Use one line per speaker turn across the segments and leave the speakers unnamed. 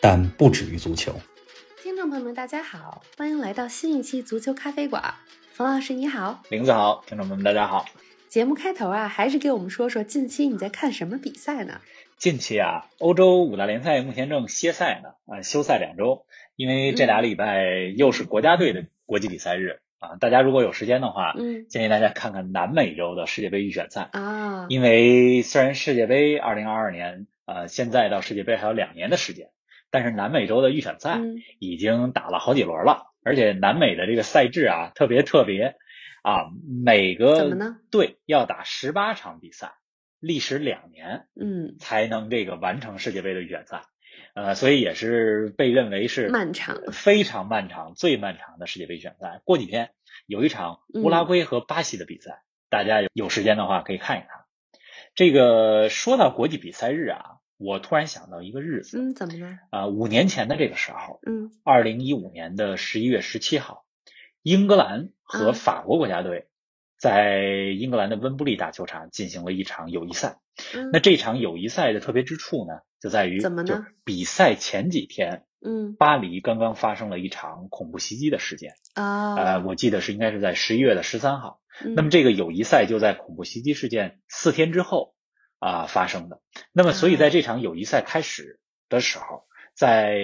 但不止于足球。
听众朋友们，大家好，欢迎来到新一期足球咖啡馆。冯老师你好，
林子豪，听众朋友们，大家好。
节目开头啊，还是给我们说说近期你在看什么比赛呢？
近期啊，欧洲五大联赛目前正歇赛呢，啊，休赛两周，因为这俩礼拜又是国家队的国际比赛日、啊。大家如果有时间的话，
嗯
建议大家看看南美洲的世界杯预选赛，
啊，
因为虽然世界杯二零二二年，呃，现在到世界杯还有两年的时间，但是南美洲的预选赛
嗯
已经打了好几轮了，而且南美的这个赛制啊特别特别啊，每
怎么
个
呢？
队要打十八场比赛，历时两年
嗯，
才能这个完成世界杯的预选赛，呃，所以也是被认为是
漫长。
非常漫长、最漫长的世界杯预选赛。过几天有一场乌拉圭和巴西的比赛，大家有有时间的话可以看一看。这个说到国际比赛日啊，我突然想到一个日子
嗯，怎么呢？
啊，五年前的这个时候，
嗯
二零一五年的十一月十七号，英格兰和
嗯
法国国家队在英格兰的温布利大球场进行了一场友谊赛。
嗯
那这场友谊赛的特别之处呢，就在于
怎么呢
就比赛前几天，
嗯
巴黎刚刚发生了一场恐怖袭击的事件，呃，
啊，
我记得是应该是在十一月的十三号。那
那
么这个友谊赛就在恐怖袭击事件四天之后啊、发生的。那么所以在这场友谊赛开始的时候，在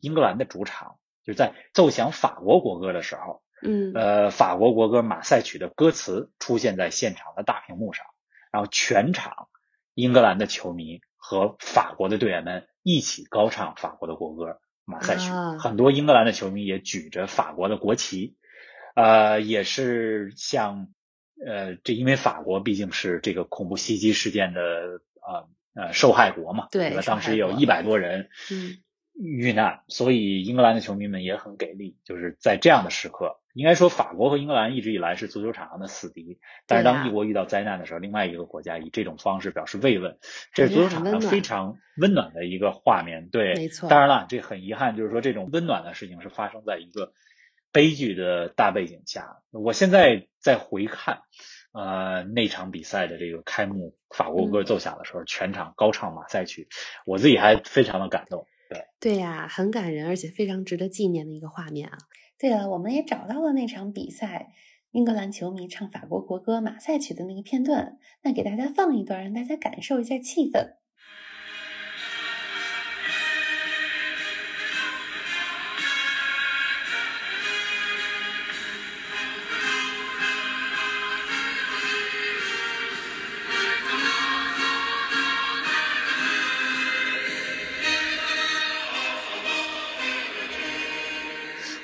英格兰的主场，就是在奏响法国国歌的时候，
嗯
呃，法国国歌《马赛曲》的歌词出现在现场的大屏幕上，然后全场英格兰的球迷和法国的队员们一起高唱法国的国歌《马赛曲》
啊
很多英格兰的球迷也举着法国的国旗，呃，也是像呃，这因为法国毕竟是这个恐怖袭击事件的呃呃受害国嘛，
对
吧？
受
当
害
时有
国
一百多人
嗯
遇难，所以英格兰的球迷们也很给力。就是在这样的时刻，应该说法国和英格兰一直以来是足球场上的死敌，但是
对呀
当一国遇到灾难的时候，另外一个国家以这种方式表示慰问，这
感
是
觉
足球
很
场
温
上
暖
非常温暖的一个画面。对，
没错
当然了，这很遗憾，就是说这种温暖的事情是发生在一个悲剧的大背景下。我现在在回看。呃，那场比赛的这个开幕，法
嗯
国歌奏响的时候，全场高唱《马赛曲》，我自己还非常的感动。
对呀、很感人，而且非常值得纪念的一个画面啊。对了，我们也找到了那场比赛，英格兰球迷唱法国国歌《马赛曲》的那个片段，那给大家放一段，让大家感受一下气氛。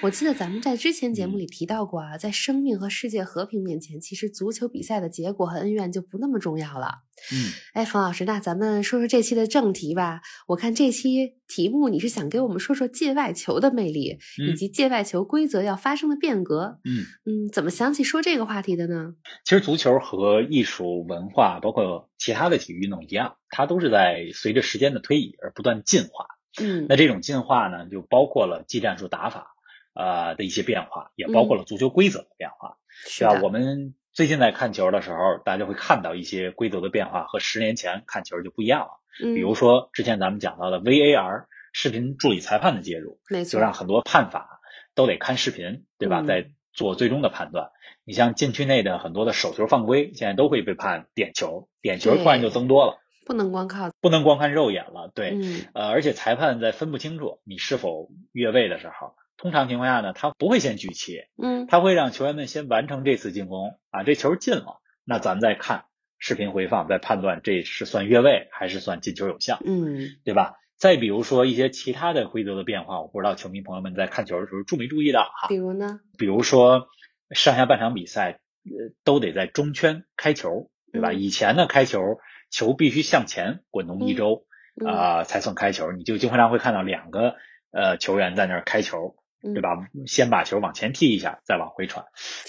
我记得咱们在之前节
嗯
目里提到过啊，在生命和世界和平面前，其实足球比赛的结果和恩怨就不那么重要了。
嗯，
哎，冯老师，那咱们说说这期的正题吧。我看这期题目你是想给我们说说界外球的魅力，以
嗯
及界外球规则要发生的变革。
嗯，
嗯，怎么想起说这个话题的呢？
其实足球和艺术文化，包括其他的体育运动一样，它都是在随着时间的推移而不断进化。
嗯
那这种进化呢，就包括了技战术打法啊、呃的一些变化，也包括了足球规则的变化，
嗯是
对吧？
的，
我们最近在看球的时候，大家会看到一些规则的变化和十年前看球就不一样了。比
比
如说之前咱们讲到的 VAR 视频助理裁判的介入，
没错，
就让很多判法都得看视频，对吧？
嗯
再做最终的判断。你像禁区内的很多的手球犯规，现在都会被判点球，点球
对
突然就增多了，
不能光靠
不能光看肉眼了。对，
嗯
呃，而且裁判在分不清楚你是否越位的时候，通常情况下呢，他不会先举旗，
嗯
他会让球员们先完成这次进攻啊，这球进了，那咱们再看视频回放，再判断这是算越位还是算进球有效。
嗯
对吧？再比如说一些其他的规则的变化，我不知道球迷朋友们在看球的时候注没注意到哈、
比如呢？
比如说上下半场比赛，呃，都得在中圈开球，对吧？
嗯
以前呢，开球球必须向前滚动一周，
嗯
啊、才算开球。你就经常会看到两个呃球员在那儿开球，
嗯
对吧？先把球往前踢一下，再往回传。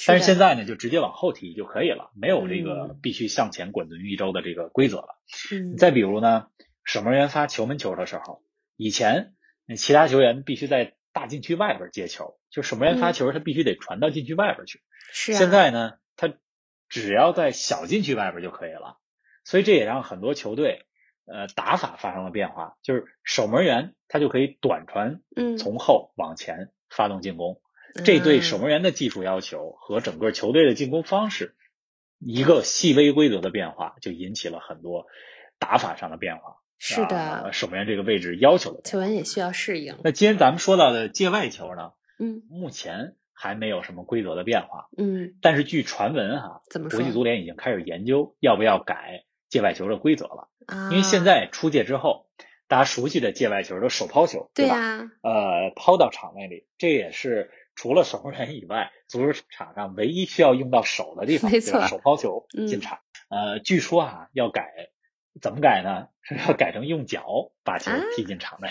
但是现
在
在呢，就直接往后踢就可以了，没有这个
嗯
必须向前滚轮一周的这个规则了。
嗯
再比如呢，守门员发球门球的时候，以前那其他球员必须在大禁区外边接球，就守门员发
嗯
球，他必须得传到禁区外边去。
是啊
现在呢，他只要在小禁区外边就可以了，所以这也让很多球队呃打法发生了变化，就是守门员他就可以短传
嗯
从后往前发动进攻，这对守门员的技术要求和整个球队的进攻方式一个细微规则的变化，就引起了很多打法上的变化。
是
啊
的，
守门员这个位置要求的变化。
球员也需要适应。
那今天咱们说到的界外球呢，
嗯
目前还没有什么规则的变化，
嗯，
但是据传闻哈、
怎么说
国际足联已经开始研究要不要改界外球的规则了，
啊？
因为现在出界之后，大家熟悉的界外球都手抛球，
对
吧？
啊，
呃，抛到场内里，这也是除了守门员以外，足球场上唯一需要用到手的地方，
没
对吧
错
手抛球
嗯
进场。呃，据说啊，要改，怎么改呢？是要改成用脚把球
啊
踢进场内。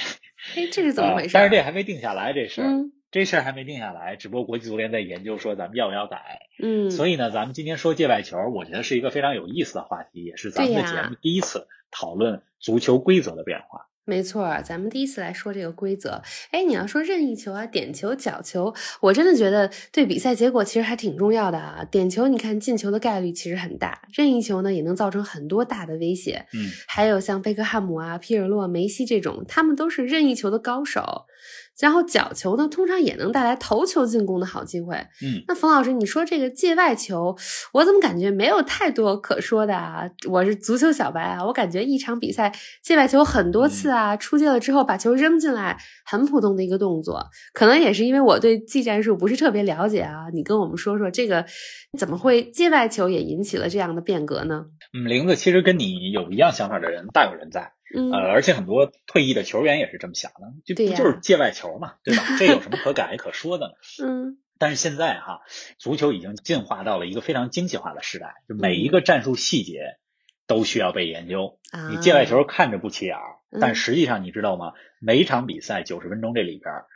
哎，这是怎么
呃
回事？
但是这还没定下来，这事儿、
嗯
这事儿还没定下来，只不过国际足联在研究说咱们要不要改。
嗯，
所
以
以呢，咱们今天说界外球，我觉得是一个非常有意思的话题，也是咱们的
对呀
节目第一次讨论足球规则的变化。
没错儿，咱们第一次来说这个规则。哎，你要说任意球啊、点球、角球，我真的觉得对比赛结果其实还挺重要的啊。点球，你看进球的概率其实很大，任意球呢也能造成很多大的威胁。
嗯，
还有像贝克汉姆啊、皮尔洛、梅西这种，他们都是任意球的高手。然后角球呢，通常也能带来头球进攻的好机会。
嗯，
那冯老师，你说这个界外球，我怎么感觉没有太多可说的啊？我是足球小白啊，我感觉一场比赛界外球很多
嗯
次啊，出界了之后把球扔进来，很普通的一个动作。可能也是因为我对技战术不是特别了解啊，你跟我们说说这个怎么会界外球也引起了这样的变革呢？
嗯，玲子其实跟你有一样想法的人大有人在，
嗯，
呃，而且很多退役的球员也是这么想的，就
对
不
呀
就是界外球嘛， 对吧？这有什么可改可说的呢？
嗯，
但是现在哈，足球已经进化到了一个非常精细化的时代，就每
嗯
一个战术细节都需要被研究。
啊，
你界外球看着不起眼儿，但
嗯
实际上你知道吗？每一场比赛九十分钟这里边儿，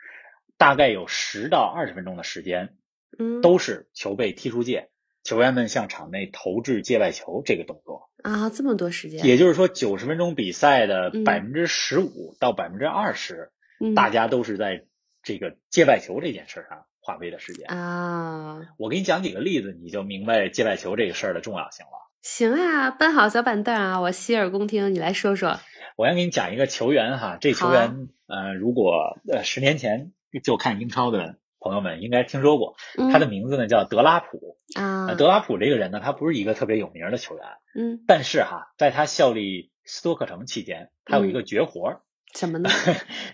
大概有十到二十分钟的时间
嗯
都是球被踢出界，球员们向场内投掷界外球这个动作。
啊，这么多时间，
也就是说，九十分钟比赛的
嗯
百分之十五到百分之二十，
嗯
大家都是在这个界外球这件事儿上花费的时间。
啊，
我给你讲几个例子，你就明白界外球这个事儿的重要性了。
行啊，搬好小板凳啊，我洗耳恭听，你来说说。
我先给你讲一个球员哈，这
啊
球员呃，如果呃十年前就看英超的朋友们应该听说过，
嗯
他的名字呢叫德拉普。
啊
呃，，德拉普这个人呢，他不是一个特别有名的球员，
嗯，
但是哈，在他效力斯托克城期间，他
嗯
有一个绝活儿，
什么呢？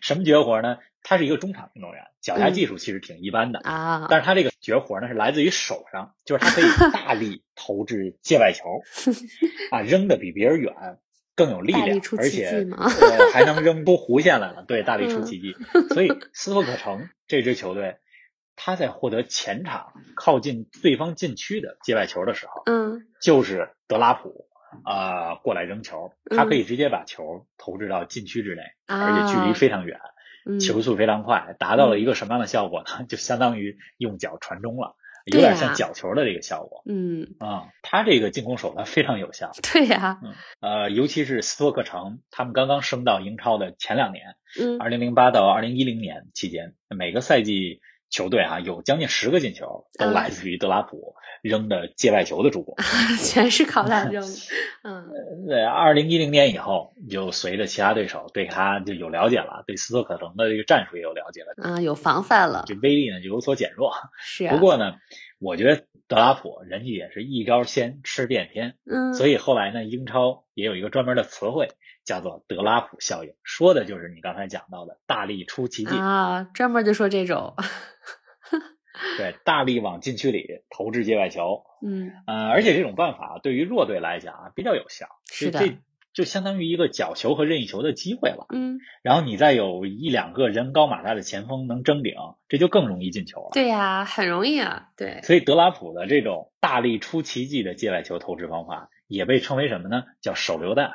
什么绝活儿呢？他是一个中场运动员，脚
嗯
下技术其实挺一般的，
啊，
但是他这个绝活呢是来自于手上，就 是他可以大力投掷界外球，啊，扔的比别人远，更有力
大力
量，
出
而
奇
且
迹吗
呃还能扔出弧线来了，对，大力出
嗯
奇迹。所以斯托克城这支球队，他在获得前场靠近对方禁区的界外球的时候，
嗯
就是德拉普。啊、过来扔球，他可以直接把球投掷到禁区之内，
嗯啊，
而且距离非常远。
嗯
球速非常快，达到了一个什么样的效果 呢？就相当于用脚传中了，有
对啊
点
呀
像角球的这个效果
嗯，
啊、他这个进攻手段非常有效，
对呀，
呃，尤其是斯托克城，他们刚刚升到英超的前两年，
嗯
二零零八到二零一零年期间，每个赛季球队啊有将近十个进球都
嗯
来自于德拉普扔的界外球的助攻。
全是 靠他扔，嗯
对，二零一零年以后，就随着其他对手对他就有了解了，对斯托克城的这个战术也有了解了，
啊，有防范了
这，威力呢就有所减弱。
是啊，
不过呢，我觉得德拉普人家也是一招鲜吃遍天，
嗯，
所
以
以后来呢，英超也有一个专门的词汇叫做德拉普效应，说的就是你刚才讲到的大力出奇迹，
啊，专门就说这种，
对，大力往禁区里投掷界外球。
嗯，
呃，而且这种办法对于弱队来讲啊比较有效，
是的
这，这就相当于一个角球和任意球的机会了。
嗯，
然后你再有一两个人高马大的前锋能争顶，这就更容易进球了。
对呀，很容易啊，对，
所以德拉普的这种大力出奇迹的界外球投掷方法，也被称为什么呢？叫手榴弹。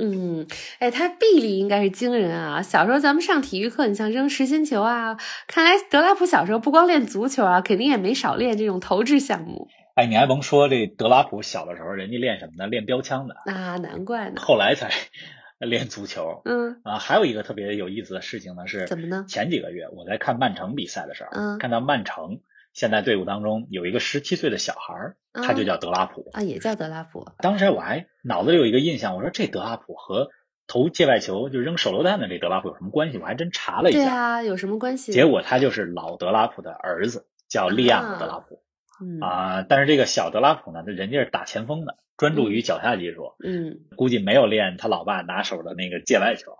嗯，哎，他臂力应该是惊人啊！小时候咱们上体育课，你像扔实心球啊，看来德拉普小时候不光练足球啊，肯定也没少练这种投掷项目。
哎，你还甭说，这德拉普小的时候，人家练什么呢？练标枪的，
啊，难怪呢。
后来才 练足球。
嗯
啊，还有一个特别有意思的事情呢，是
怎么呢
前几个月我在看曼城比赛的时候，
嗯
看到曼城现在队伍当中有一个十七岁的小孩儿，
嗯
他就叫德拉普。
啊，也叫德拉普。
当时我还脑子里有一个印象，我说这德拉普和投界外球就扔手榴弹的这德拉普有什么关系？我还真查了一
对
下，
啊，有什么关系？
结果他就是老德拉普的儿子，叫利亚姆·德拉普
啊嗯
啊。但是这个小德拉普呢，人家是打前锋的，专注于脚下技术，
嗯，
估计没有练他老爸拿手的那个界外球。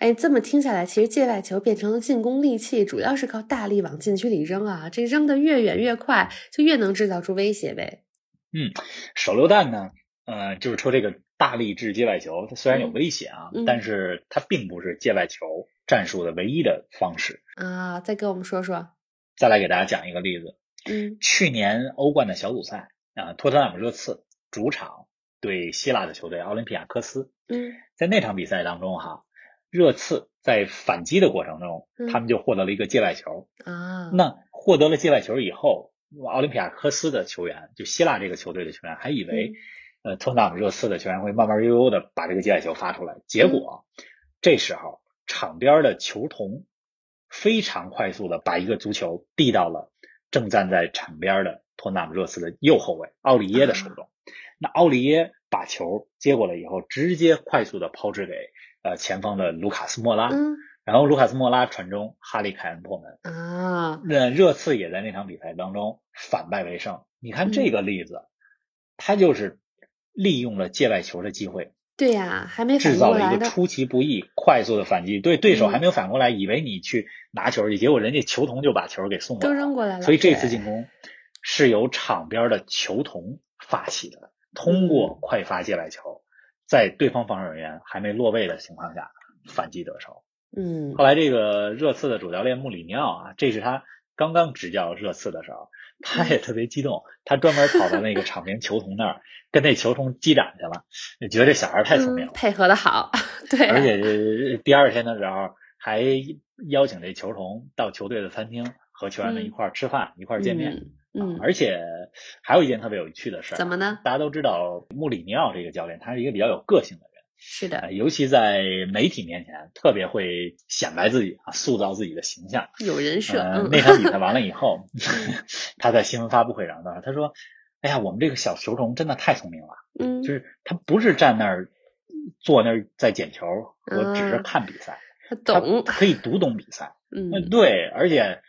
哎，这么听下来，其实界外球变成了进攻利器，主要是靠大力往禁区里扔啊。这扔得越远越快，就越能制造出威胁呗。
手榴弹呢，呃，就是说这个大力制界外球，它虽然有
嗯
危险啊，
嗯
但是它并不是界外球战术的唯一的方式。
啊，再跟我们说说。
再来给大家讲一个例子，
嗯
去年欧冠的小组赛啊、托特纳姆热刺主场对希腊的球队奥林匹亚科斯，
嗯
在那场比赛当中哈、热刺在反击的过程中
嗯，
他们就获得了一个界外球。
啊，
那获得了界外球以后，奥林匹亚科斯的球员，就希腊这个球队的球员，还
嗯
以为、呃托纳姆热刺的球员会慢慢悠悠的把这个界外球发出来，结果、啊这时候场边的球童非常快速的把一个足球递到了正站在场边的托纳姆热刺的右后卫奥里耶的手中。那奥里耶把球接过来以后，直接快速的抛掷给呃前方的卢卡斯莫拉，
嗯
然后卢卡斯莫拉传中，哈利凯恩破门。
啊，
那呃热刺也在那场比赛当中反败为胜。你看
嗯
这个例子，他就是利用了界外球的机会，
对呀、还没反
制
应
造
过
了
来
一个
呢。
出其不意、快速的反击。对对手
嗯
还没有反过来，以为你去拿球去，结果人家球童就把球给送过
都
来
扔
了。
过来了。
所以这次
对
进攻是由场边的球童发起的，
嗯
通过快发界外球，在对方防守人员还没落位的情况下反击得手。
嗯
后来这个热刺的主教练穆里尼奥啊，这是他刚刚执教热刺的时候，他也特别激动，他专门跑到那个场边球童那儿跟那球童击掌去了，觉得这小孩太聪明
嗯
了，
配合的好， 对、
而且这第二天的时候还邀请这球童到球队的餐厅和球员
嗯
们一块儿吃饭，一块儿见面。
嗯，
啊
嗯
而且还有一件特别有趣的事儿，
怎么呢？
大家都知道穆里尼奥这个教练，他是一个比较有个性的人。
是的
呃，尤其在媒体面前，特别会显摆自己啊，塑造自己的形象。
有人设，
呃，
嗯
那场比赛完了 以后，他在新闻发布会上呢，他说：“哎呀，我们这个小球童真的太聪明了，
嗯，
就是他不是站那儿坐那儿在捡球，我只是
嗯
看比赛，
他
他
懂，
可以读懂比赛。嗯，
嗯
对，而且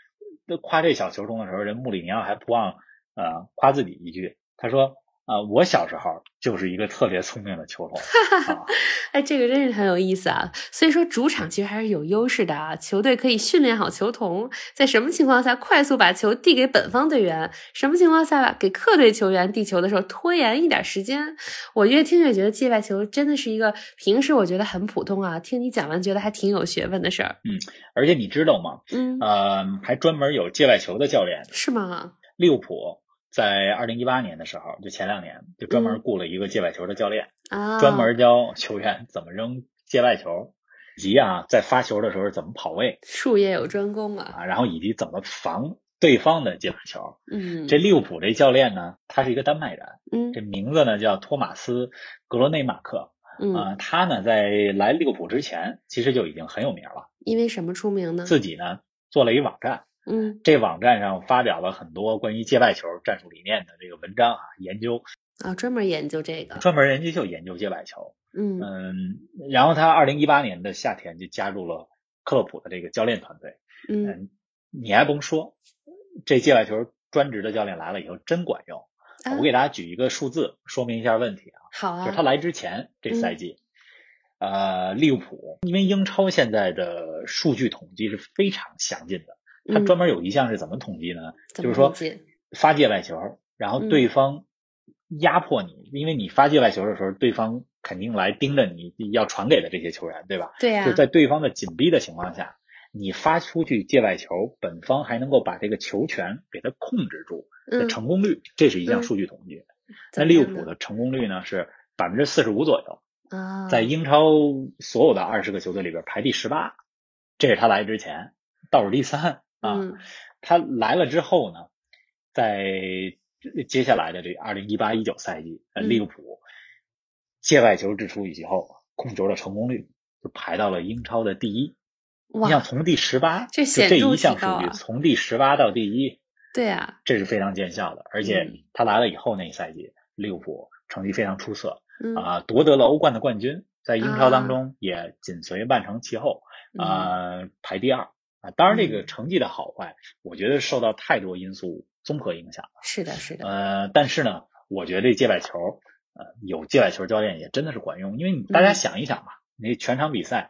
呃夸这小球童的时候，人穆里尼奥还不忘呃夸自己一句，他说：啊、我小时候就是一个特别聪明的球童。啊”
哎，这个真是很有意思啊。所以说，主场其实还是有优势的啊。球队可以训练好球童，在什么情况下快速把球递给本方队员，什么情况下给客队球员递球的时候拖延一点时间。我越听越觉得界外球真的是一个平时我觉得很普通啊，听你讲完觉得还挺有学问的事儿。
而且你知道吗？
嗯，
呃，还专门有界外球的教练。
是吗？
利物浦在二零一八年的时候，就前两年，就专门雇了一个界外球的教练，
嗯啊，
专门教球员怎么扔界外球，以及啊，在发球的时候怎么跑位
术业有专攻啊。
啊，然后以及怎么防对方的界外球。
嗯，
这利物浦这教练呢，他是一个丹麦人，
嗯
这名字呢叫托马斯·格罗内马克。
嗯，
啊，他呢在来利物浦之前，其实就已经很有名了，
因为什么出名呢？
自己呢做了一网站。
嗯
这网站上发表了很多关于界外球战术理念的这个文章啊，研究
啊，专门研究这个。
专门人家就研究界外球。
嗯
嗯，然后他二零一八年的夏天就加入了克洛普的这个教练团队。
嗯
嗯，你还甭说，这界外球专职的教练来了以后真管用。
啊
哎我给大家举一个数字说明一下问题啊，
好
就是
啊，
他来之前这赛季。呃，利物浦因为英超现在的数据统计是非常详尽的，它
嗯
专门有一项是怎么统计呢？
怎
就
么
是说
理解
发界外球，然后
嗯
对方压迫你，因为你发界外球的时候，对方肯定来盯着你要传给的这些球员，对吧？
对呀啊
就，在对方的紧逼的情况下，你发出去界外球，本方还能够把这个球权给它控制住的
嗯，
成功率，这是一项
嗯
数据统计。那
怎么
利物
样
浦
呢
的成功率呢是百分之四十五左右，
啊，
在英超所有的二十个球队里边排第十八，这是他来之前倒数第三啊。
嗯
他来了之后呢，在接下来的这二零一八一九赛季，呃，
嗯
利物浦界外球掷出以后，控球的成功率就排到了英超的第一。你
哇，
想从第十八，
这
就
显
这
著
一
提
项
高
数据
啊
从第十八到第一，
对啊，
这是非常见效的。而
嗯
且他来了以后那一赛季，利物浦成绩非常出色
嗯
啊、夺得了欧冠的冠军，在英超
啊
当中也紧随曼城其后。
嗯
啊，排第二啊。当然，这个
嗯
成绩的好坏，我觉得受到太多因素综合影响。
是的，是的，
呃，但是呢，我觉得这界外球，呃，有界外球教练也真的是管用，因为你大家
嗯
想一想吧，那全场比赛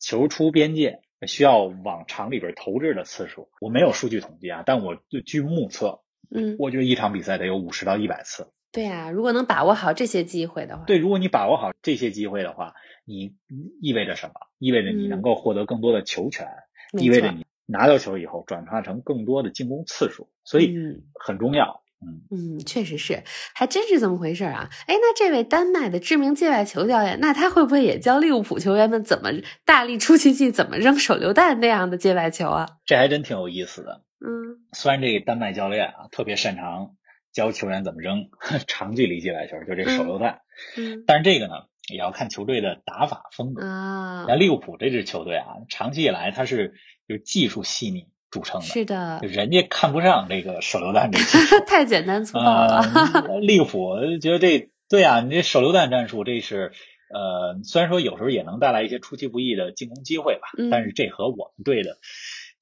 球出边界需要往场里边投掷的次数，我没有数据统计啊，但我就据目测，
嗯，
我觉得一场比赛得有五十到一百次。
对啊，如果能把握好这些机会的话，
对，如果你把握好这些机会的话，你意味着什么？意味着你能
嗯
够获得更多的球权。
没
意味着
错，
你拿到球以后转化成更多的进攻次数，所以
嗯
很重要。嗯，
嗯，确实是，还真是这么回事儿啊！哎，那这位丹麦的知名界外球教练，那他会不会也教利物浦球员们怎么大力出奇迹，怎么扔手榴弹那样的界外球啊？
这还真挺有意思的。
嗯
虽然这个丹麦教练啊特别擅长教球员怎么扔长距离界外球，就这手榴弹，
嗯
但是这个呢也要看球队的打法风格。
啊
那，利物浦这支球队啊，长期以来它是有技术细腻著称的，
是的。
就，人家看不上这个手榴弹这技术
太简单粗暴了。
啊呃，利物浦觉得这对啊，你这手榴弹战术这是呃，虽然说有时候也能带来一些出其不意的进攻机会吧，
嗯。
但是这和我们队的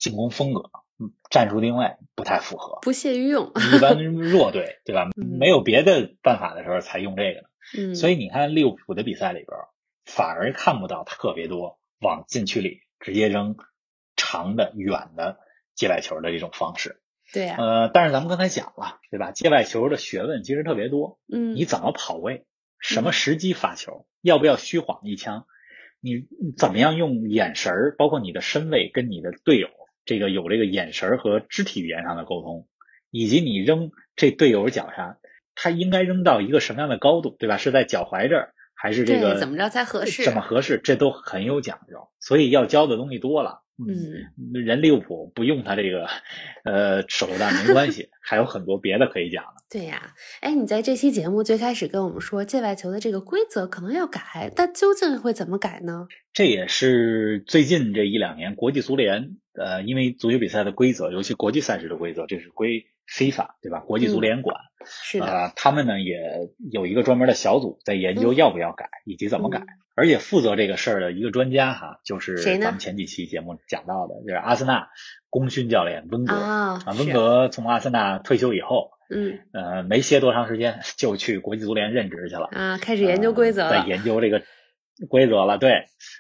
进攻风格、嗯战术定位不太符合
不屑于用，
一般弱队对吧
嗯？
嗯没有别的办法的时候才用这个，
嗯，
所以你看利物浦的比赛里边，反而看不到特别多往禁区里直接扔长的、远的界外球的这种方式。
对啊，
呃，但是咱们刚才讲了，对吧？界外球的学问其实特别多，
嗯，
你怎么跑位，什么时机发球，要不要虚晃一枪，你你怎么样用眼神儿，包括你的身位跟你的队友这个有这个眼神儿和肢体语言上的沟通，以及你扔这队友脚下，他应该扔到一个什么样的高度，对吧？是在脚踝这儿，还是这
对
个
怎么着才合适
怎么合适，这都很有讲究，所以要教的东西多了。
嗯
人利物浦不用他这个，呃，手榴弹没关系，还有很多别的可以讲的。
对呀、哎，你在这期节目最开始跟我们说界外球的这个规则可能要改，但究竟会怎么改呢？
这也是最近这一两年国际足联，呃，因为足球比赛的规则，尤其国际赛事的规则，这是归 FIFA 对吧？国际足联管
嗯是的，
啊、呃他们呢也有一个专门的小组在研究
嗯
要不要改以及怎么改。
嗯
而且负责这个事儿的一个专家哈，就是
谁呢
咱们前几期节目讲到的，就是阿森纳功勋教练温格
啊
啊，
是
温格从阿森纳退休以后，
嗯
呃，没歇多长时间就去国际足联任职去了，
啊，开始研究规则
呃
了
在。研究这个规则了。对，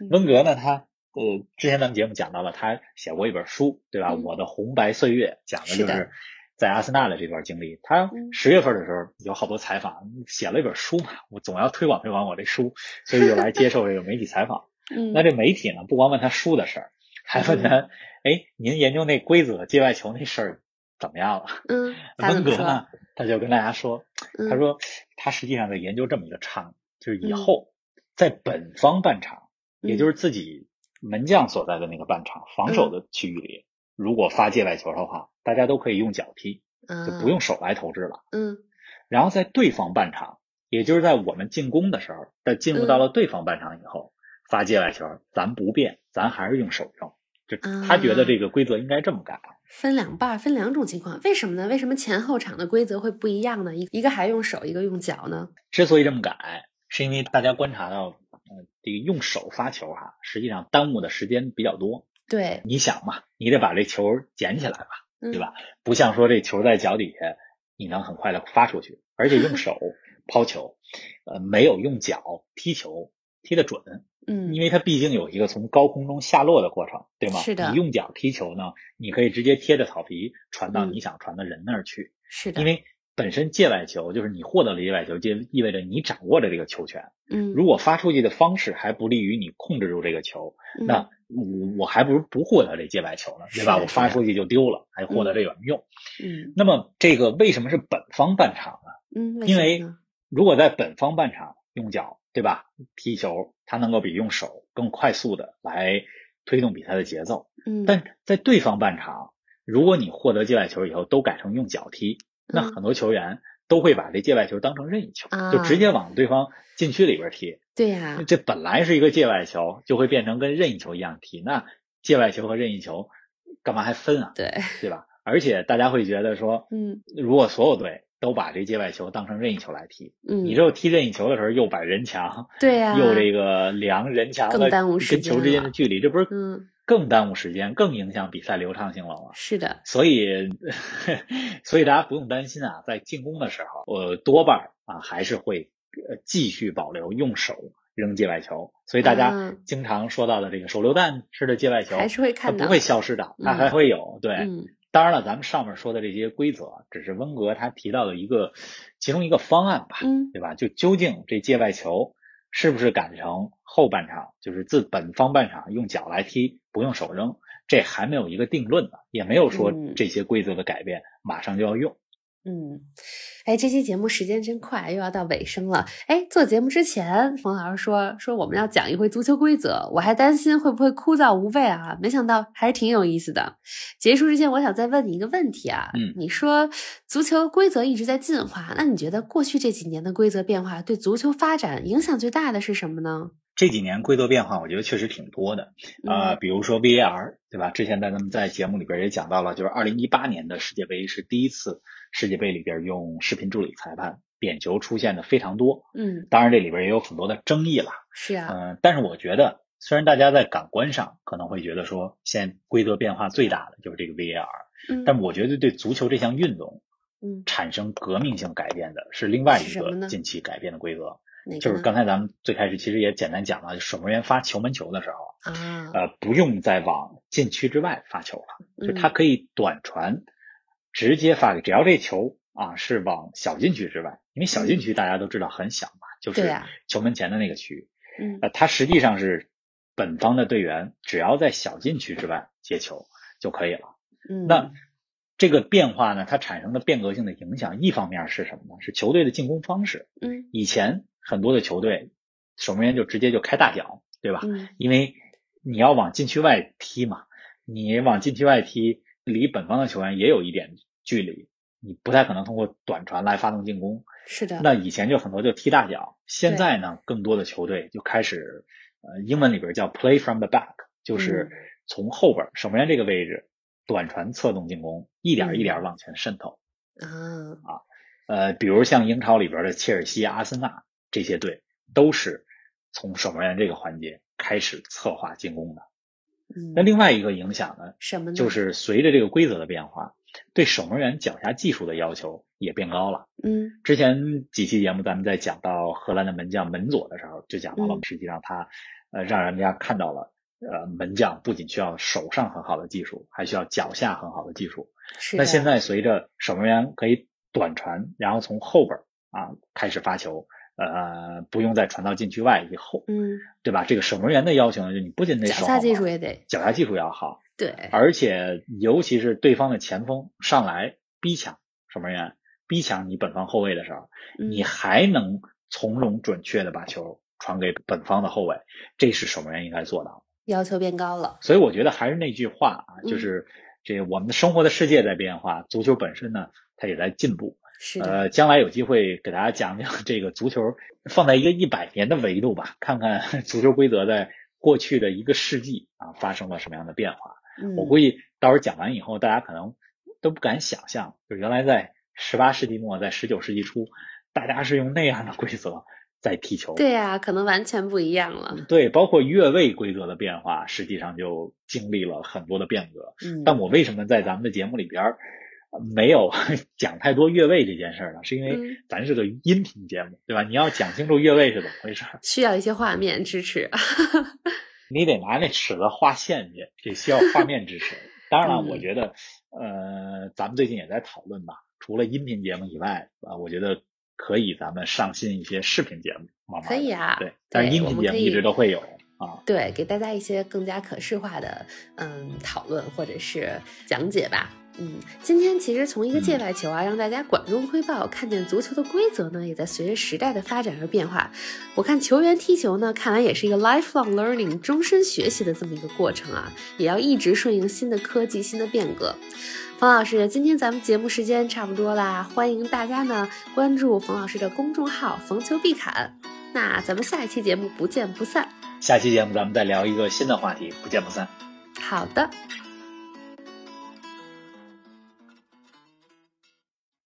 嗯
温格呢，他呃，之前咱们节目讲到了，他写过一本书，对吧？
嗯
我的红白岁月》，讲
是
就
的
是在阿森纳的这段经历。他
嗯
十月份的时候有好多采访，写了一本书嘛，我总要推广推广我这书，所以就来接受这个媒体采访。
嗯，
那这媒体呢，不光问他书的事儿，还问他，哎，您研究那规则界外球那事儿怎么样了？
嗯，他怎
温
么
格
说？
呢，他就跟大家说，
嗯
他说他实际上在研究这么一个场，就是以
嗯
后在本方半场，也就
嗯
是自己门将所在的那个半场防守的区域里，如果发界外球的话，大家都可以用脚踢，就不用手来投掷了。
嗯
然后在对方半场，也就是在我们进攻的时候，在进入到
嗯
了对方半场以后，发界外球，咱不变，咱还是用手扔。就他觉
啊
得这个规则应该这么改。啊
分两半儿，分两种情况，为什么呢？为什么前后场的规则会不一样呢？一一个还用手，一个用脚呢？
之所以这么改，是因为大家观察到，呃，这个用手发球哈、实际上耽误的时间比较多。
对，嗯
你想嘛，你得把这球捡起来吧，
对
对吧？？不像说这球在脚底下，你能很快的发出去，而且 用手抛球，呃，没有用脚踢球踢得准，
嗯，
因为它毕竟有一个从高空中下落的过程，对吗？
是的
你用脚踢球呢，你可以直接贴着草皮传到
嗯
你想传的人那儿去。
是的，
因为本身界外球就是你获得了界外球，就意味着你掌握了这个球权。
嗯，
如果发出去的方式还不利于你控制住这个球，
嗯
那我我还不如不获得这界外球呢，对
是
吧？
的
我发出去就丢了，还获得这个没用。
嗯
那么这个为什么是本方半场呢？
嗯，什
因
么
为
呢
如果在本方半场用脚对吧？踢球，他能够比用手更快速的来推动比赛的节奏。
嗯，
但在对方半场，如果你获得界外球以后都改成用脚踢，那
嗯
很多球员都会把这界外球当成任意球，就
啊
直接往对方禁区里边踢。
对呀、
这本来是一个界外球，就会变成跟任意球一样踢。那界外球和任意球干嘛还分啊？
对，
对吧？而且大家会觉得说，
嗯
如果所有队都把这界外球当成任意球来踢，
嗯，
你只有踢任意球的时候又把人墙，
对呀、
又这个量人墙
啊更
和
耽误时
跟
间
球之间
了
的距离，这不是
嗯
更耽误时间，更影响比赛流畅性了吗？
是的，
所以， 所以大家不用担心啊，在进攻的时候，我多半儿啊还是会呃继续保留用手扔界外球。所以大家
嗯
经常说到的这个手榴弹式的界外球，
还是会
它
看
不
到，
会消失的，它
嗯
还会有。对，
嗯
当然了，咱们上面说的这些规则，只是温格他提到的一个其中一个方案吧，
嗯
对吧？就究竟这界外球是不是改成后半场，就是自本方半场用脚来踢，不用手扔，这还没有一个定论呢，也没有说
嗯
这些规则的改变马上就要用。
嗯，哎，这期节目时间真快，又要到尾声了。哎，做节目之前，冯老师说说我们要讲一回足球规则，我还担心会不会枯燥无味啊，没想到还是挺有意思的。结束之前，我想再问你一个问题啊，
嗯
你说足球规则一直在进化，那你觉得过去这几年的规则变化对足球发展影响最大的是什么呢？
这几年规则变化，我觉得确实挺多的啊、呃，
嗯
比如说 VAR，对吧？之前咱们在节目里边也讲到了，就是二零一八年的世界杯是第一次世界杯里边用视频助理裁判点球出现的非常多，
嗯，
当然这里边也有很多的争议了。
是啊，
嗯，但是我觉得，虽然大家在感官上可能会觉得说，现在规则变化最大的就是这个 VAR，
嗯，
但我觉得对足球这项运动
嗯，
产生革命性改变的是另外
是
一
什么呢
个近期改变的规则，
哪
就
个
是
呢？
刚才咱们最开始其实也简单讲了，守门员发球门球的时候，
啊，
呃，不用再往禁区之外发球了，就
嗯
他可以短传直接发给，只要这球啊是往小禁区之外，因为小禁区大家都知道很小嘛，就
嗯对啊
是
呀
球门前的那个区域。
嗯
呃，他实际上是本方的队员只要在小禁区之外接球就可以了。
嗯，
那这个变化呢，它产生的变革性的影响，一方面是什么呢？是球队的进攻方式。
嗯
以前很多的球队守门员就直接就开大脚，对吧？
嗯
因为你要往禁区外踢嘛，你往禁区外踢，离本方的球员也有一点距离，你不太可能通过短传来发动进攻。
是的，
那以前就很多就踢大脚，现
对
在呢，更多的球队就开始，呃，英文里边叫 play from the back，就是
嗯
从后边儿守门员这个位置短传策动进攻，一点
嗯
儿一点儿往前渗透。
啊，
呃，比如像英超里边的切尔西、阿森纳这些队，都是从守门员这个环节开始策划进攻的。
嗯，
那另外一个影响呢，
什么呢？
就是随着这个规则的变化，对守门员脚下技术的要求也变高了。
嗯
之前几期节目，咱们在讲到荷兰的门将门佐的时候，就讲到了
嗯，
实际上他，呃，让人家看到了，呃，门将不仅需要手上很好的技术，还需要脚下很好的技术。
是
那
的
现在随着守门员可以短传，然后从后边儿啊开始发球，呃，不用再传到禁区外以后，
嗯，
对吧？这个守门员的要求呢，就你不仅得
脚
手
下
好
技
嘛
术也得
脚下技术要好，
对，
而且尤其是对方的前锋上来逼抢守门员，逼抢你本方后卫的时候，你
嗯
还能从容准确的把球传给本方的后卫，这是守门员应该做到的。
要求变高了，
所以我觉得还是那句话啊，
嗯
就是这我们的生活的世界在变化，足球本身呢，它也在进步。
是的，
呃，将来有机会给大家讲讲这个足球放在一个一百年的维度吧，看看 足球规则在过去的一个世纪啊发生了什么样的变化。我
嗯
估计到时候讲完以后，大家可能都不敢想象，就原来在十八世纪末，在十九世纪初，大家是用那样的规则在踢球。
对呀，可能完全不一样了，
对包括越位规则的变化，实际上就经历了很多的变革。
嗯，
但我为什么在咱们的节目里边儿呃没有 讲太多越位这件事儿呢？是因为
嗯
咱是个音频节目，对吧？你要讲清楚越位是怎么回事儿，
需要一些画面支持，
啊你得拿那尺子画线去，这需要画面支持。当然了，
嗯
我觉得，呃，咱们最近也在讨论吧，除了音频节目以外，啊，我觉得可以咱们上新一些视频节目，慢慢
可以
地
啊，
对，但是音
我
频
们
节
可
目
以
一直都会有。啊，
对，给大家一些更加可视化的嗯讨论或者是讲解吧。嗯，今天其实从一个界外球啊，让大家管中窥豹，看见足球的规则呢，也在随着时代的发展而变化。我看球员踢球呢，看来也是一个 lifelong learning 终身学习的这么一个过程啊，也要一直顺应新的科技、新的变革。冯老师，今天咱们节目时间差不多啦，欢迎大家呢关注冯老师的公众号“逢球必侃”。那咱们下一期节目不见不散。
下期节目咱们再聊一个新的话题，不见不散。
好的。